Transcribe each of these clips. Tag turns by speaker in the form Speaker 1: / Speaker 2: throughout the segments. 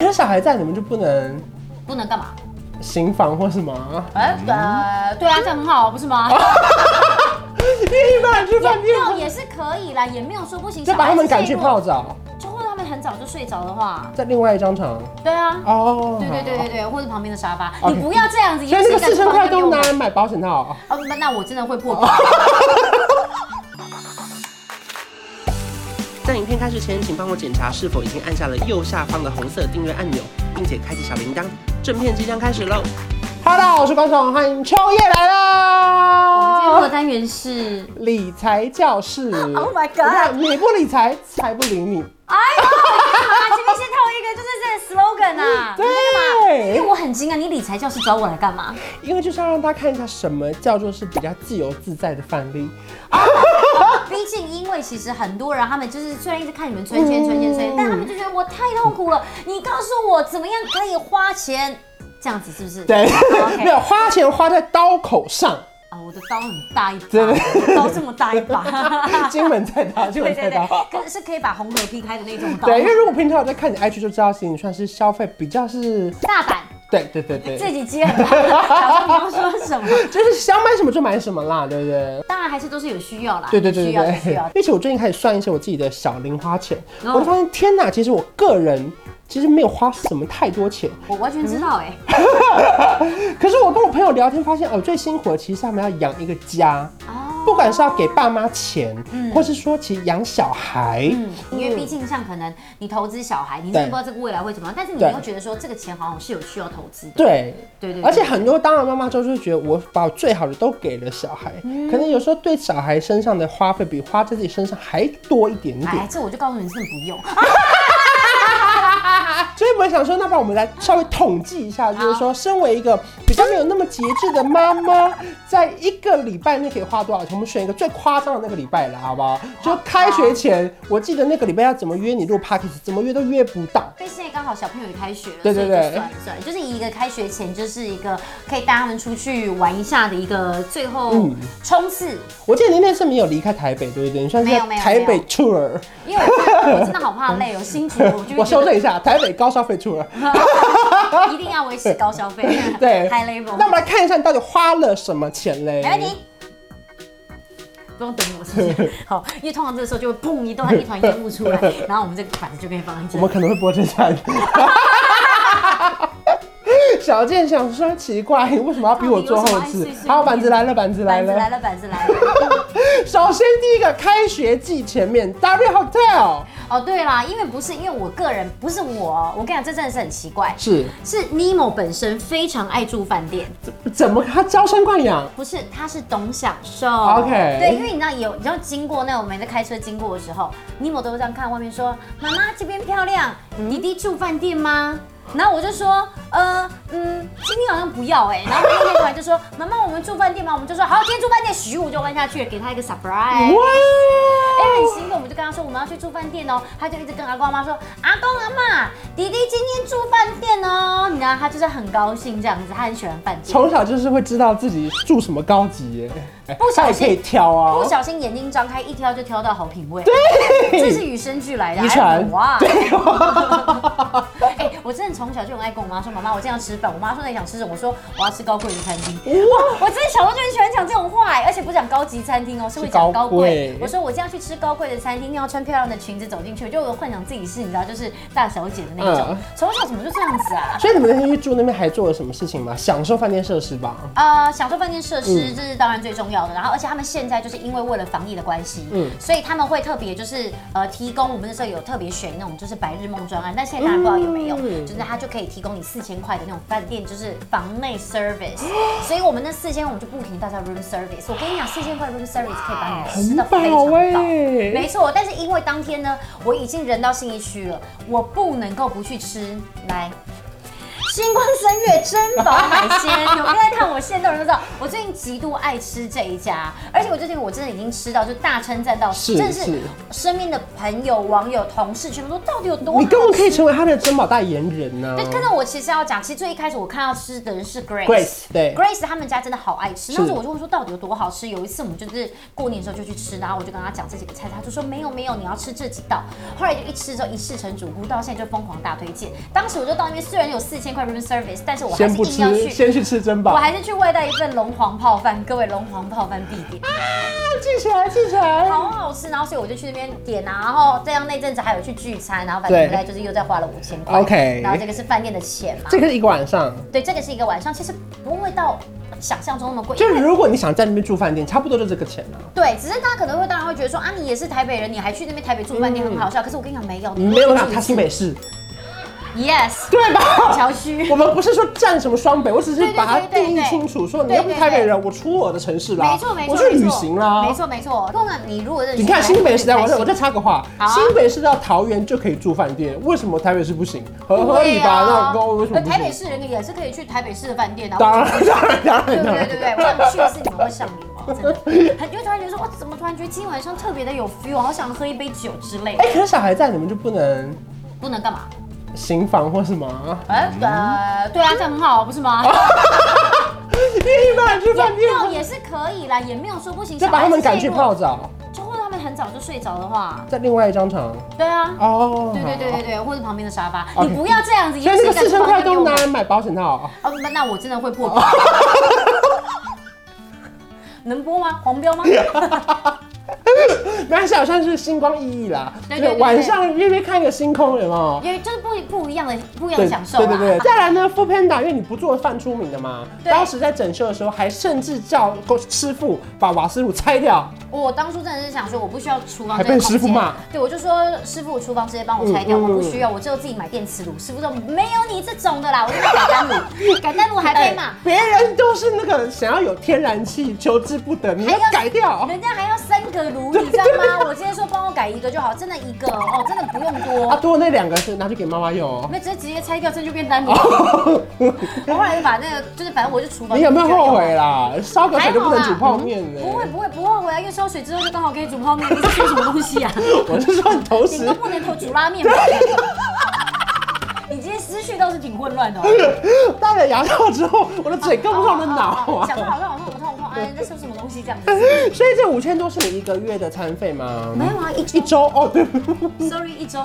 Speaker 1: 那小孩在，你们就不能
Speaker 2: 不能干嘛？
Speaker 1: 行房或什么啊？
Speaker 2: 哎、呃，对啊，这样很好，不是吗？
Speaker 1: 因 为一般人去饭
Speaker 2: 也
Speaker 1: 店
Speaker 2: 那也是可以啦，也没有说不行。
Speaker 1: 就把他们赶去泡，澡，
Speaker 2: 就或者他们很早就睡着的话，
Speaker 1: 在另外一张床。
Speaker 2: 对啊，
Speaker 1: 哦，
Speaker 2: 对对对对对，或者旁边的沙发，
Speaker 1: OK
Speaker 2: 你不要这样子。
Speaker 1: 哦所以那个四千块都哦拿
Speaker 2: 呢？
Speaker 1: 来买保险套。
Speaker 2: 啊哦，那那我真的会破防。
Speaker 1: 在影片开始前，请帮我检查是否已经按下了右下方的红色订阅按钮，并且开启小铃铛。正片即将开始喽！Hello，我是观众，欢迎秋叶来
Speaker 2: 今天录的
Speaker 1: 啦！
Speaker 2: 单元是，
Speaker 1: 理财教室
Speaker 2: Oh my god
Speaker 1: 我看你不理财，财不理你。
Speaker 2: 哎呦，啊，前面先套一个就是这个 slogan 啊，你在干嘛？因为
Speaker 1: 对，
Speaker 2: 我很惊讶，你理财教师找我来干嘛？
Speaker 1: 因为就是要让大家看一下什么叫做是比较自由自在的范例。
Speaker 2: 毕竟，因为其实很多人他们就是虽然一直看你们存钱、存钱、存
Speaker 1: 嗯
Speaker 2: 钱，但他们就觉得我太痛苦了。你告诉我怎么样可以花钱，这样子是不是？
Speaker 1: 对
Speaker 2: OK
Speaker 1: 没有花钱花在刀口上，
Speaker 2: 啊，我的刀很大一把，
Speaker 1: 对
Speaker 2: 我的刀这么大一把，
Speaker 1: 啊金门菜刀，金
Speaker 2: 对
Speaker 1: 门
Speaker 2: 对
Speaker 1: 菜刀
Speaker 2: 对。，可是可以把红河劈开的那种刀，
Speaker 1: 对，因为如果平常有在看你 IG 就知道，其实你算是消费比较是，
Speaker 2: 大胆，
Speaker 1: 对对对对，
Speaker 2: 自己接很大，想说你要说什么？
Speaker 1: 就是想买什么就买什么啦，对不对？
Speaker 2: 当然还是都是有需要啦，
Speaker 1: 对对对
Speaker 2: 需要
Speaker 1: 对
Speaker 2: 有需
Speaker 1: 对
Speaker 2: 要。。
Speaker 1: 而且我最近开始算一些我自己的小零花钱，
Speaker 2: 哦
Speaker 1: 我就发现天哪，其实我个人其实没有花什么太多钱，
Speaker 2: 我完全知道
Speaker 1: 嗯
Speaker 2: 哎，
Speaker 1: 可是我跟我朋友聊天发现，哦，最辛苦的其实他们要养一个家，
Speaker 2: 哦，
Speaker 1: 不管是要给爸妈钱，
Speaker 2: 嗯
Speaker 1: 或是说其实养小孩，
Speaker 2: 嗯，因为毕竟像可能你投资小孩，你真
Speaker 1: 对
Speaker 2: 的不知道这个未来会怎么样，但是你
Speaker 1: 对
Speaker 2: 又觉得说这个钱好像是有需要投资的，
Speaker 1: 对，
Speaker 2: 对对，对
Speaker 1: 而且很多当了妈妈之后，就觉得我把我最好的都给了小孩，
Speaker 2: 嗯
Speaker 1: 可能有时候对小孩身上的花费比花在自己身上还多一点点
Speaker 2: 哎，，这我就告诉你，真的不 用。
Speaker 1: 所以我们想说，那不然我们来稍微统计一下，就是说，身为一个比较没有那么节制的妈妈，在一个礼拜内可以花多少钱？我们选一个最夸张的那个礼拜了，好不好？就开学前，我记得那个礼拜要怎么约你录 p o d c a s t 怎么约都约不到。
Speaker 2: 但现在刚好小朋友也开学了，
Speaker 1: 对对
Speaker 2: 所以
Speaker 1: 对
Speaker 2: 就算一算，就是以一个开学前，就是一个可以带他们出去玩一下的一个最后
Speaker 1: 嗯
Speaker 2: 冲刺。
Speaker 1: 我记得您那次没有离开台北，对不对？你算是
Speaker 2: 没有没有
Speaker 1: 台
Speaker 2: 没
Speaker 1: 北
Speaker 2: 有
Speaker 1: tour。
Speaker 2: 因为我真的我真的好怕 累哦，新竹我就
Speaker 1: 我
Speaker 2: 会觉
Speaker 1: 修
Speaker 2: 得
Speaker 1: 正一下，台北高消费 tour。
Speaker 2: 嗯一定要维持高消费，
Speaker 1: 对
Speaker 2: high
Speaker 1: 那
Speaker 2: level，
Speaker 1: 我们来看一下你到底花了什么钱嘞？
Speaker 2: 没 问题。不用等我，是不是？好，因为通常这个时候就会砰一段一团烟雾出 来，然后我们这个板子就可以放一
Speaker 1: 我
Speaker 2: 起
Speaker 1: 们。可能会播这 段。小健想说奇怪，你为什么要逼我做后
Speaker 2: 到底有什么
Speaker 1: 置
Speaker 2: 爱碎碎？念
Speaker 1: 好，板子来了，板子来
Speaker 2: 嗯板子来
Speaker 1: 了。
Speaker 2: 了，板子来了。
Speaker 1: 首先第一个，开学季前面，W Hotel
Speaker 2: 哦，对啦，因为不是因为我个人不是我哦，我跟你讲，这真的是很奇怪。
Speaker 1: 是
Speaker 2: 是 Nemo 本身非常爱住饭店，
Speaker 1: 怎么他招生惯养？
Speaker 2: 不是，他是懂享受。
Speaker 1: OK
Speaker 2: 对，因为你知道有，你知道经过那我们在开车经过的时候，Nemo 都会这样看外面说：“妈妈这边漂亮，弟弟住饭店吗？”然后我就说：“呃，嗯，今天好像不要哎、然后那天突然就说：“妈妈，我们住饭店吗？”我们就说：“好，今天住饭店。”徐我就弯下去了，给他一个 surprise。哎、
Speaker 1: 哇！
Speaker 2: 很兴奋，我们就跟他说我们要去住饭店哦，他就一直跟阿公阿妈说，阿公阿妈，弟弟今天住饭店哦，你知道他就是很高兴这样子，他很喜欢饭店，
Speaker 1: 从小就是会知道自己住什么高级耶，哎
Speaker 2: 不小
Speaker 1: 他
Speaker 2: 心
Speaker 1: 也可以挑啊
Speaker 2: 不。小心眼睛张开一挑就挑到好品味，对，这是与生俱来的，
Speaker 1: 遗传
Speaker 2: 哎 哇，
Speaker 1: 对
Speaker 2: 哎、我真的从小就很爱跟我妈说，妈妈我这样吃饭，我妈说那你想吃什么，我说我要吃高贵的餐厅，
Speaker 1: 哇，
Speaker 2: 我真的小时候就很喜欢讲这种话、哎，而且不讲高级餐厅哦，是会讲
Speaker 1: 高
Speaker 2: 高
Speaker 1: 贵
Speaker 2: 贵。我说我这样去吃高贵的餐厅，要穿漂亮的裙子走进去，我就有幻想自己是你知道，就是大小姐的那种
Speaker 1: 嗯。
Speaker 2: 从、小怎么就这样子啊？
Speaker 1: 所以你们那天去住那边还做了什么事情吗？享受饭店设施吧。
Speaker 2: 呃，享受饭店设
Speaker 1: 嗯
Speaker 2: 施、这是当然最重要的。然后，而且他们现在就是因为为了防疫的关系，
Speaker 1: 嗯
Speaker 2: 嗯，所以他们会特别就是呃提供我们那时候有特别选那种就是白日梦专案，但现在当然不知道有没有，
Speaker 1: 嗯
Speaker 2: 就是他就可以提供你四千块的那种饭店就是
Speaker 1: 哦
Speaker 2: 房内 service，所以我们那四千我们就不停到叫 room service。我跟你讲，四千块 room service 可以把你吃
Speaker 1: 很
Speaker 2: 到非常
Speaker 1: 饱
Speaker 2: 饱。
Speaker 1: 哎，
Speaker 2: 没错，但是因为当天呢，我已经人到信义区了，我不能够不去吃。来，星光三月珍宝海鲜，有没有在看我现动人都知道，我最近极度爱吃这一家，而且我最近我真的已经吃到就大称赞到，
Speaker 1: 是
Speaker 2: 真的是
Speaker 1: 是
Speaker 2: 身边的朋友、网友、同事全部说到底有多好
Speaker 1: 你
Speaker 2: 吃
Speaker 1: 根本可以成为他的珍宝代言人呢、
Speaker 2: 对，看到我其实要讲，其实最一开始我看到吃的人是 Grace。
Speaker 1: Grace，对
Speaker 2: Grace 他们家真的好爱吃，
Speaker 1: 是
Speaker 2: 那时候我就问说到底有多好吃。有一次我们就是过年的时候就去吃，然后我就跟他讲这几个菜，他就说没有没有，你要吃这几道。后来就一吃之后一试成主顾，到现在就疯狂大推荐。当时我就到那边，虽然有四千块 room service，但是我还
Speaker 1: 先
Speaker 2: 是
Speaker 1: 不
Speaker 2: 硬要
Speaker 1: 吃，
Speaker 2: 去，
Speaker 1: 先去吃珍
Speaker 2: 我
Speaker 1: 宝。
Speaker 2: 还是去外带一份龙皇泡饭。各位，龙皇泡饭必点。
Speaker 1: 记起来，记起来。
Speaker 2: 好啊好吃，然后所以我就去那边点啊，然后这样那阵子还有去聚餐，然后反正
Speaker 1: 对
Speaker 2: 回来就是又再花了五千块
Speaker 1: OK
Speaker 2: 然后这个是饭店的钱嘛，
Speaker 1: 这个是一个晚上，
Speaker 2: 对，这个是一个晚上，其实不会到想象中那么贵，
Speaker 1: 就
Speaker 2: 因为
Speaker 1: 如果你想在那边住饭店，差不多就这个钱了、
Speaker 2: 对，只是大家可能会当然会觉得说啊，你也是台北人，你还去那边台北住饭店很好笑，可是我跟你讲没有，你
Speaker 1: 没有啦，
Speaker 2: 去
Speaker 1: 他新北市，
Speaker 2: ，yes，
Speaker 1: 对 吧？
Speaker 2: 侨区
Speaker 1: 我。们不是说占什么双北，我只是把它
Speaker 2: 对对对对
Speaker 1: 定义清楚，说你
Speaker 2: 对
Speaker 1: 又不是台北人，我出我的城市啦，
Speaker 2: 没错没错，
Speaker 1: 我去旅
Speaker 2: 没错
Speaker 1: 行啦，
Speaker 2: 没。错没错。通常你如果认识，
Speaker 1: 你看新北市，我
Speaker 2: 还是
Speaker 1: 再我再插个话，
Speaker 2: 好啊
Speaker 1: 新北市到桃园就可以住饭店，为什么台北市不行？合合理吧？
Speaker 2: 对
Speaker 1: 那
Speaker 2: 啊
Speaker 1: 我为什么
Speaker 2: 呃
Speaker 1: 不
Speaker 2: 台北
Speaker 1: 行？
Speaker 2: 市人也是可以去台北市的饭店啊。
Speaker 1: 当然当然当
Speaker 2: 对
Speaker 1: 然当
Speaker 2: 不对
Speaker 1: 然，
Speaker 2: 对不对，我想去一次你们会上瘾哦，真的。很就会突然觉得说，我哦怎么突然觉得今晚上特别的有 feel，好想喝一杯酒之类的
Speaker 1: 哎，。可是小孩在，你们就不能
Speaker 2: 不能干嘛？
Speaker 1: 行房或什么啊？
Speaker 2: 呃
Speaker 1: 嗯
Speaker 2: 呃，对啊，这样很好，不是吗？
Speaker 1: 因为一般人去饭店
Speaker 2: 要也是可以啦，也没有说不行。
Speaker 1: 就
Speaker 2: 小
Speaker 1: 把
Speaker 2: 孩
Speaker 1: 他
Speaker 2: 子
Speaker 1: 们赶去
Speaker 2: 睡过
Speaker 1: 泡，澡，
Speaker 2: 就或者他们很早就睡着的话，
Speaker 1: 在另外一张床。
Speaker 2: 对啊，
Speaker 1: 哦，
Speaker 2: 对对对对对，或者旁边的沙发，
Speaker 1: OK
Speaker 2: 你不要这样子，
Speaker 1: 所以那个四千块都拿哦
Speaker 2: 呢。
Speaker 1: 来买保险套，
Speaker 2: 哦，那那我真的会破防。 能播吗？黄标吗？
Speaker 1: 啊没关系，好像是星光熠熠啦。
Speaker 2: 对对对对
Speaker 1: 晚上因为看个星空，有没有？
Speaker 2: 因为就是不不一样的不一样
Speaker 1: 对
Speaker 2: 的享受啦。
Speaker 1: 对对对，再来呢，Food Panda，因为你不做饭出名的嘛，
Speaker 2: 对
Speaker 1: 当时在整修的时候，还甚至叫师傅把瓦斯炉拆掉，
Speaker 2: 我当初真的是想说，我不需要厨房
Speaker 1: 还
Speaker 2: 这
Speaker 1: 被
Speaker 2: 个空间。
Speaker 1: 师傅骂
Speaker 2: 对，我就说师傅，厨房直接帮我拆掉，
Speaker 1: 嗯嗯
Speaker 2: 我不需要，我只有自己买电磁炉。师傅说没有你这种的啦，我就买改单 炉，改单炉还被骂。
Speaker 1: 别人都是那个想要有天然气，求之不得，你要改掉。
Speaker 2: 人家还要三个炉，你知道吗？我今天说帮我改一个就好，真的一个哦，真的不用
Speaker 1: 啊，
Speaker 2: 多，
Speaker 1: 多那两个是拿去给妈妈用哦。
Speaker 2: 那直接直接拆掉，这就变单炉。 我后来就把那个，就是反正我就厨房。
Speaker 1: 你有没有后悔？啦？烧个水就不能煮泡面呢、
Speaker 2: 不会不会不后悔啊，因为烧水之后就刚好可以煮 泡面，你是说什么东西啊？
Speaker 1: 我是说你同
Speaker 2: 顶
Speaker 1: 时
Speaker 2: 多不能投煮拉面 吧？你今天思绪倒是挺混乱的、哦。
Speaker 1: 戴了牙套之后，我的嘴跟不上我的脑啊
Speaker 2: 哦想。说好像好像我痛痛，哎，你在说什么东西这样子？
Speaker 1: 所以这五千多是你一个月的餐费吗？
Speaker 2: 没有啊，一
Speaker 1: 一周哦，对，
Speaker 2: Sorry，一 周，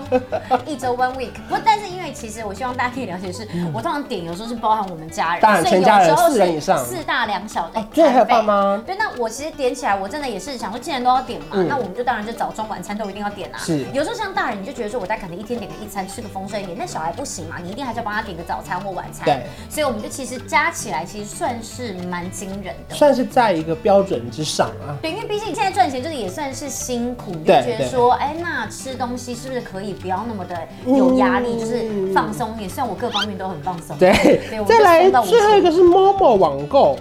Speaker 2: 一周 one week。不，但是因为其实我希望大家可以了解的是，我通常点有时候是包含我们家人，
Speaker 1: 嗯当然
Speaker 2: 所以
Speaker 1: 全家人
Speaker 2: 有时候是
Speaker 1: 四人以上
Speaker 2: 四大两小的
Speaker 1: 哦。对还有
Speaker 2: 餐费
Speaker 1: 爸妈
Speaker 2: 对，那我其实点起来，我真的也是想说，既然都要点嘛，
Speaker 1: 嗯
Speaker 2: 那我们就当然就早中晚餐都一定要点啊。
Speaker 1: 是
Speaker 2: 有时候像大人，你就觉得说我在可能一天点个一餐，吃个丰盛一点，但小孩不行嘛，你一定还是要帮他点个早餐或晚餐。
Speaker 1: 对，
Speaker 2: 所以我们就其实加起来，其实算是蛮惊人的。
Speaker 1: 算是在一个标准之上啊。
Speaker 2: 对，因为毕竟现在赚钱就是也算是辛苦，你就
Speaker 1: 对
Speaker 2: 觉得说，哎，那吃东西是不是可以不要那么的有压力，就是放松一点？虽然我各方面都很放松。
Speaker 1: 嗯对
Speaker 2: 对我，们
Speaker 1: 再
Speaker 2: 就
Speaker 1: 来
Speaker 2: 送到五
Speaker 1: 最后
Speaker 2: 千
Speaker 1: 一个是 Momo 网购，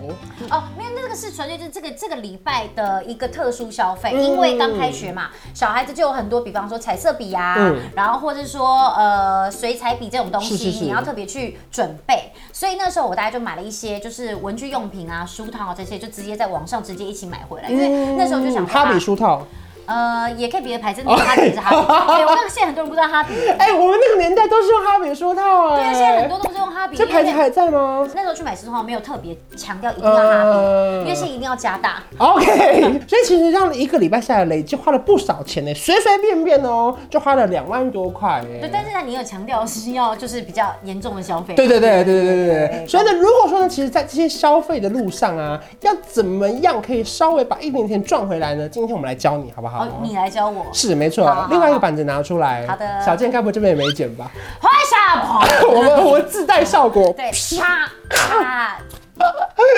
Speaker 2: 哦，没有，那个是纯粹就是这个这个礼拜的一个特殊消费，因为刚开学嘛，小孩子就有很多，比方说彩色笔啊，
Speaker 1: 嗯
Speaker 2: 然后或者说呃水彩笔这种东西，
Speaker 1: 是是是
Speaker 2: 你要特别去准备。所以那时候我大概就买了一些就是文具用品啊、书套啊这些，就直接在网上直接一起买回来，因为那时候就想说
Speaker 1: 嗯哈
Speaker 2: 啊
Speaker 1: 比书套。
Speaker 2: 呃，也可以别的牌子，那个哈比也是哈比。对，我看现在很多人不知道哈 比，对
Speaker 1: 哎、我们那个年代都是用哈比书套
Speaker 2: 啊，
Speaker 1: 哎、
Speaker 2: 现在很多都不是用哈比。
Speaker 1: 这牌子还在吗
Speaker 2: 那时候去买石头没有特别强调一定要哈
Speaker 1: 嗯
Speaker 2: 比，因为是一定要加大。
Speaker 1: ？OK，所以其实这样一个礼拜下来，累计花了不少钱呢、随随便便哦、就花了两万多块哎、
Speaker 2: 对，但是呢，你有强调是要就是比较严重的消费。
Speaker 1: 对对对对对对对对。所以呢，如果说呢，其实，在这些消费的路上啊，要怎么样可以稍微把一点点赚回来呢？今天我们来教你，好不好？
Speaker 2: 哦，你来教我，
Speaker 1: 是没错
Speaker 2: 好好，好
Speaker 1: 另外一个板子拿出来。
Speaker 2: 好的
Speaker 1: 小健该不会这边也没剪吧？
Speaker 2: 花下跑。
Speaker 1: 我们我自带效果，
Speaker 2: 对，啪啪。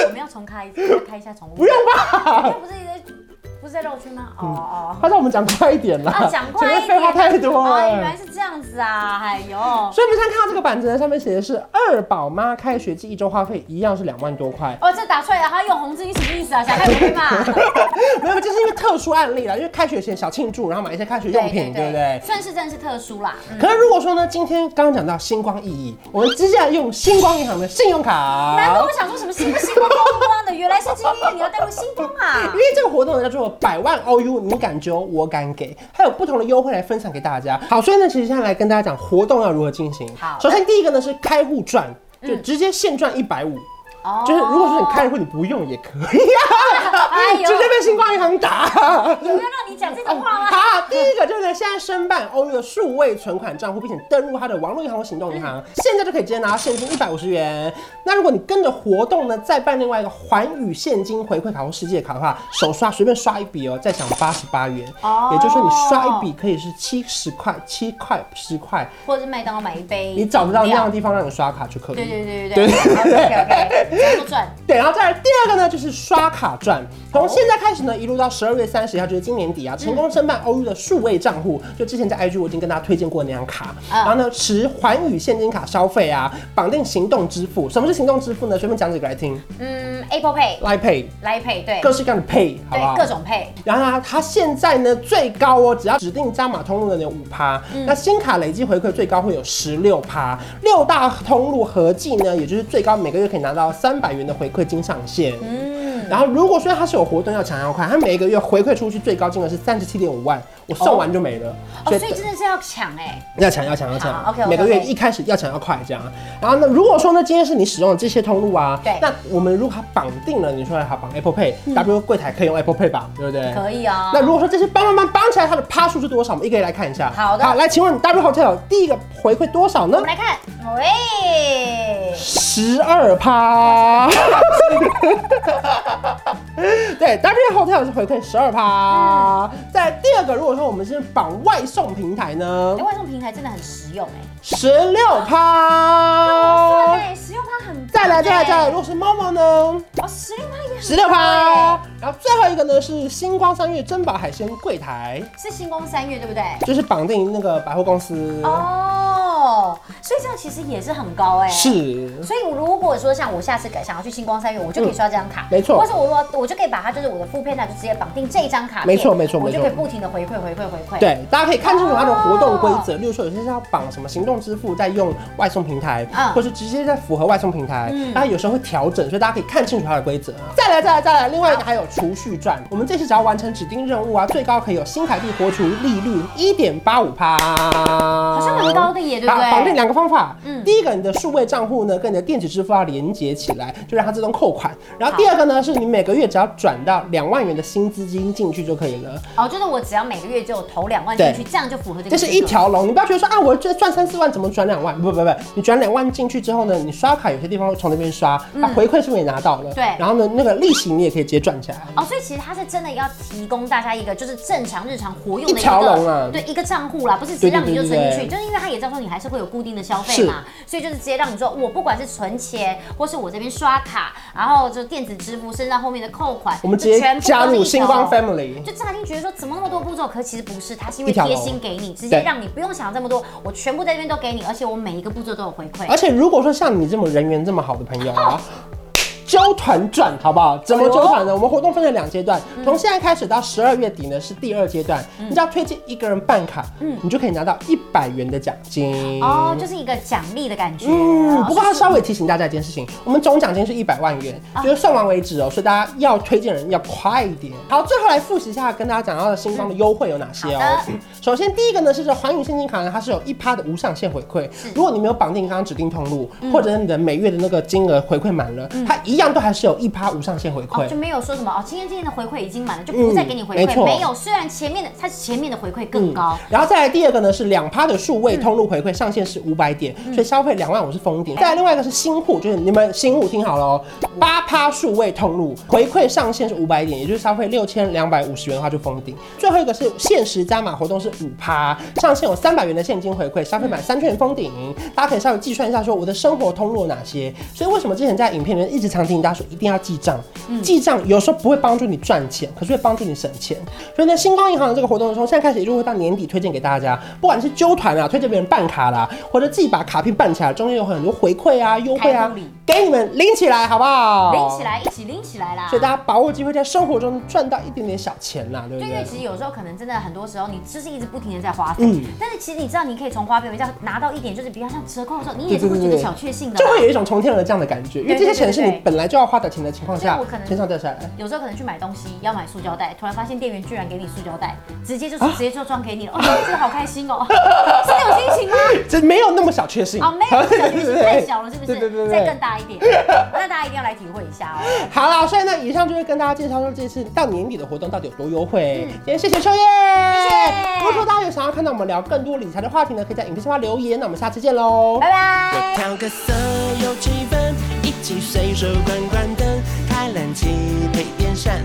Speaker 2: 我们要重开一次，再开一下重录。 哎
Speaker 1: 不用吧？
Speaker 2: 那不是一个不是在绕圈吗？哦
Speaker 1: 他让我们讲快一点啦，
Speaker 2: 哦， 啊，讲快一
Speaker 1: 前面废话
Speaker 2: 点，
Speaker 1: 太多
Speaker 2: 哦，原
Speaker 1: 了。
Speaker 2: 来是这样子啊，哎呦。
Speaker 1: 所以我们现在看到这个板子呢，上面写的是二宝妈开学季一周花费一样是两万多块，
Speaker 2: 哦，这打出来了，他用红字，你什么意思啊？想害我被骂？
Speaker 1: 没有，这是因为特殊案例啦，因为开学前小庆祝，然后买一些开学用品，对不对？
Speaker 2: 算是真的是特殊啦。嗯
Speaker 1: 可是如果说呢，今天刚刚讲到星光熠熠，我们接下来用星光银行的信用
Speaker 2: 难怪
Speaker 1: 卡
Speaker 2: 我，想说什么星不星光光不光的，原来是今天你要带入星光啊
Speaker 1: 因！为这个活动呢叫做百万 OU，你敢揪我敢给，还有不同的优惠来分享给大家。好，所以呢，其实现在来跟大家讲活动要如何进行。
Speaker 2: 好
Speaker 1: 首先第一个呢是开户赚，就直接现赚一百五。
Speaker 2: 哦
Speaker 1: 就是如果说你开户你不用也可以
Speaker 2: 哎
Speaker 1: 啊，
Speaker 2: 呦
Speaker 1: 直接被星光银行打。
Speaker 2: 有要让你讲这种话吗？
Speaker 1: 好，第一个就是呢，现在申办欧元的数位存款账户，并且登入它的网络银行或行动银行，现在就可以直接拿到现金一百五十元。那如果你跟着活动呢，再办另外一个环宇现金回馈卡或世界卡的话，手刷随便刷一笔哦，再享八十八元。
Speaker 2: 哦
Speaker 1: 也就是说，你刷一笔可以是七十块、七块、十块，
Speaker 2: 或者是麦当劳买一杯饮料，
Speaker 1: 你找得到那样的地方让你刷卡就可以。
Speaker 2: 对对对对对，OK OK，这样赚。
Speaker 1: 对，然后再来第二个呢，就是刷卡赚。从现在开始呢，一路到十二月三十号，就是今年底
Speaker 2: 嗯
Speaker 1: 啊，成功申办 OU 的数位账户，就之前在 IG 我已经跟大家推荐过那张卡。
Speaker 2: 啊
Speaker 1: 然后呢，持环宇现金卡消费啊，绑定行动支付。什么是行动支付呢？随便讲几个来听
Speaker 2: 嗯，Apple Pay、
Speaker 1: ，Line Pay，
Speaker 2: 来 Pay，对
Speaker 1: 各式各样的 Pay，好不好？
Speaker 2: 哎对，各。种 Pay，
Speaker 1: 然后呢，它现在呢最高哦，只要指定加码通路的有五趴，
Speaker 2: 嗯
Speaker 1: 那新卡累积回馈最高会有十六趴，六大通路合计呢，也就是最高每个月可以拿到三百元的回馈金上限。嗯，然后如果说它是有活动要抢要快，它每个月回馈出去最高金额是三十七点五万，我送完就没了。
Speaker 2: 哦，所以真的是要抢哎，
Speaker 1: 要抢要抢要抢
Speaker 2: 好，OK，OK，OK
Speaker 1: 每个月一开始要抢要快这样。然后呢，如果说呢今天是你使用的这些通路啊，
Speaker 2: 对嗯
Speaker 1: 那我们如果它绑定了，你说好绑 Apple Pay，打比如柜台可以用 Apple Pay 吧，对不对？
Speaker 2: 可以啊
Speaker 1: 哎那。如果说这些帮帮帮帮起来，它的趴数是多少？我们一个一个来看一下。
Speaker 2: 好的
Speaker 1: 好，来，请问 W Hotel 第一个回馈多少呢
Speaker 2: 我们？来看，喂，
Speaker 1: 十二 趴。对，W Hotel 是回馈十二趴。在第二个，如果说我们是绑外送平台呢
Speaker 2: 哎，，外送平台真的很实用哎，
Speaker 1: 十六趴。
Speaker 2: 对，实用它很。
Speaker 1: 再来，再来，再来，
Speaker 2: 来，
Speaker 1: 如果是猫猫呢？
Speaker 2: 哦，实用它也很
Speaker 1: 十六趴。然后最后一个呢是星光三月珍宝海鲜柜台，
Speaker 2: 是星光三月对不对？
Speaker 1: 就是绑定那个百货公司。
Speaker 2: 哦，所以这样其实也是很高哎。。
Speaker 1: 是。
Speaker 2: 所以，我如果说像我下次想要去星光三月，我就可以刷这张卡，
Speaker 1: 嗯没错
Speaker 2: 或者我我我就可以把它就是我的副片呢，就直接绑定这张卡片，
Speaker 1: 没错没错
Speaker 2: 我就
Speaker 1: 没
Speaker 2: 可
Speaker 1: 错
Speaker 2: 以不停的回馈回馈回馈。，
Speaker 1: 对，大家可以看清楚它的活动规则，例如说有些是要绑什么行动支付，再用外送平台，
Speaker 2: 嗯
Speaker 1: 或是直接在符合外送平台
Speaker 2: 嗯，
Speaker 1: 它、有时候会调整，所以大家可以看清楚它的规则。再来，再来，再来，另外一个还有储蓄赚，我们这次只要完成指定任务啊，最高可以有新台币活储利率一点八五趴，好
Speaker 2: 好像蛮高的耶，对不
Speaker 1: 好，绑定
Speaker 2: 对？
Speaker 1: 两个方法。
Speaker 2: 嗯
Speaker 1: 第一个，你的数位账户呢跟你的电子支付要连接起来，就让它自动扣款。然后第二个呢，是你每个月只要转到两万元的新资金进去就可以了。
Speaker 2: 哦，就是我只要每个月就投两万进去，
Speaker 1: 对
Speaker 2: 这样就符合这
Speaker 1: 这
Speaker 2: 个。
Speaker 1: 是一。条龙，你不要觉得说啊，我这赚三四万怎么转两万？不不不，你转两万进去之后呢，你刷卡有些地方会从那边刷，啊回馈是不是也拿到了？
Speaker 2: 对
Speaker 1: 然后呢，那个利息你也可以直接赚起来。
Speaker 2: 哦，所以其实它是真的要提供大家一个就是正常日常活用的
Speaker 1: 一条龙啊
Speaker 2: 对一个账户啦，不是只让你就存
Speaker 1: 对对
Speaker 2: 进
Speaker 1: 对对
Speaker 2: 去，就是因为它也知道说你还是会有固定的消费嘛，所以就是直接让你说，我不管是存钱，或是我这边刷卡，然后就电子支付，甚至到后面的扣款，
Speaker 1: 我们直
Speaker 2: 就
Speaker 1: 接
Speaker 2: 全部都是
Speaker 1: 加
Speaker 2: 一条
Speaker 1: 入
Speaker 2: 龙
Speaker 1: 星光 Family。
Speaker 2: 就乍听觉得说怎么那么多步骤，可其实不是，它是因为
Speaker 1: 一条龙
Speaker 2: 贴心给你，直接
Speaker 1: 对
Speaker 2: 让你不用想这么多，我全部在这边都给你，而且我每一个步骤都有回馈。
Speaker 1: 而且如果说像你这么人缘这么好的朋友啊。哎揪团转好不好？怎么揪团呢？我们活动分成两阶段，从现在开始到十二月底呢是第二阶段。你只要推荐一个人办卡，你就可以拿到一百元的奖金。
Speaker 2: 哦，就是一个奖励的感觉。啊
Speaker 1: 嗯，不过他
Speaker 2: 是
Speaker 1: 稍微提醒大家一件事情，我们总奖金是一百万元，就是算完为止哦，所以大家要推荐人要快一点。好，最后来复习一下跟大家讲到的星光的优惠有哪些哦
Speaker 2: 好。
Speaker 1: 首先第一个呢是这环宇现金卡呢，它是有一趴的无上限回馈，如果你没有绑定刚刚指定通路，或者你的每月的那个金额回馈满了，它一样都还是有一趴无上限回
Speaker 2: 哦，
Speaker 1: 馈
Speaker 2: 就。没有说什么哦，今天今天的回馈已经满了，就不再给你回
Speaker 1: 嗯没错
Speaker 2: 馈。没有，虽然前面的它前面的回馈更高，
Speaker 1: 然后再来第二个呢是两趴的数位通路回馈上限是五百点，所以消费两万五是封顶。再来另外一个是新户，就是你们新户听好了哦，八趴数位通路回馈上限是五百点，也就是消费六千两百五十元的话就封顶。最后一个是限时加码活动是五趴，上限有三百元的现金回馈，消费满三千元封顶。大家可以稍微计算一下说我的生活通路有哪些。所以为什么之前在影片里面一直常常听大家说一定要记账，
Speaker 2: 嗯
Speaker 1: 记账有时候不会帮助你赚钱，可是会帮助你省钱。所以呢，星光银行的这个活动从现在开始一路会到年底推荐给大家，不管是揪团啊，推荐别人办卡啦，或者自己把卡片办起来，中间有很多回馈啊、优惠
Speaker 2: 开
Speaker 1: 啊
Speaker 2: 户礼，
Speaker 1: 给你们拎起来好不好？
Speaker 2: 拎起。来，一起拎起来啦。
Speaker 1: 嗯所以大家把握机会，在生活中赚到一点点小钱啦，对不
Speaker 2: 对，
Speaker 1: 对？
Speaker 2: 因为其实有时候可能真的很多时候你就是一直不停的在花费，
Speaker 1: 嗯
Speaker 2: 但是其实你知道你可以从花费里面拿到一点，就是比较像折扣的时候，你也
Speaker 1: 对
Speaker 2: 是
Speaker 1: 对
Speaker 2: 会觉
Speaker 1: 对
Speaker 2: 得
Speaker 1: 对
Speaker 2: 小确幸的
Speaker 1: 就
Speaker 2: 啦。
Speaker 1: 会有一种从天而降的感觉，因为这些钱是
Speaker 2: 对对对对
Speaker 1: 你
Speaker 2: 对
Speaker 1: 本来就要花的钱的情况下
Speaker 2: 所以我可，能
Speaker 1: 天上掉下来。
Speaker 2: 有时候可能去买东西要买塑胶袋，突然发现店员居然给你塑胶袋，直接就是
Speaker 1: 啊
Speaker 2: 直接就装给你了，哦，这个好开心 哦，是这种心情吗？
Speaker 1: 这没有那么小确幸
Speaker 2: 哦，没有，这个心情太小了，是 不
Speaker 1: 对对对
Speaker 2: 是？
Speaker 1: 对
Speaker 2: 再更大一点，那大家一定要来体会一下哦。
Speaker 1: 好啦，所以呢，以上就是跟大家介绍说这次到年底的活动到底有多优惠。
Speaker 2: 嗯
Speaker 1: 今天谢谢秋叶，
Speaker 2: 谢
Speaker 1: 如果说大家有想要看到我们聊更多理财的话题呢，可以在影片下方留言。那我们下次见喽，
Speaker 2: 拜拜。
Speaker 3: 调个色有气氛，一起随手关关灯，开冷气配电扇，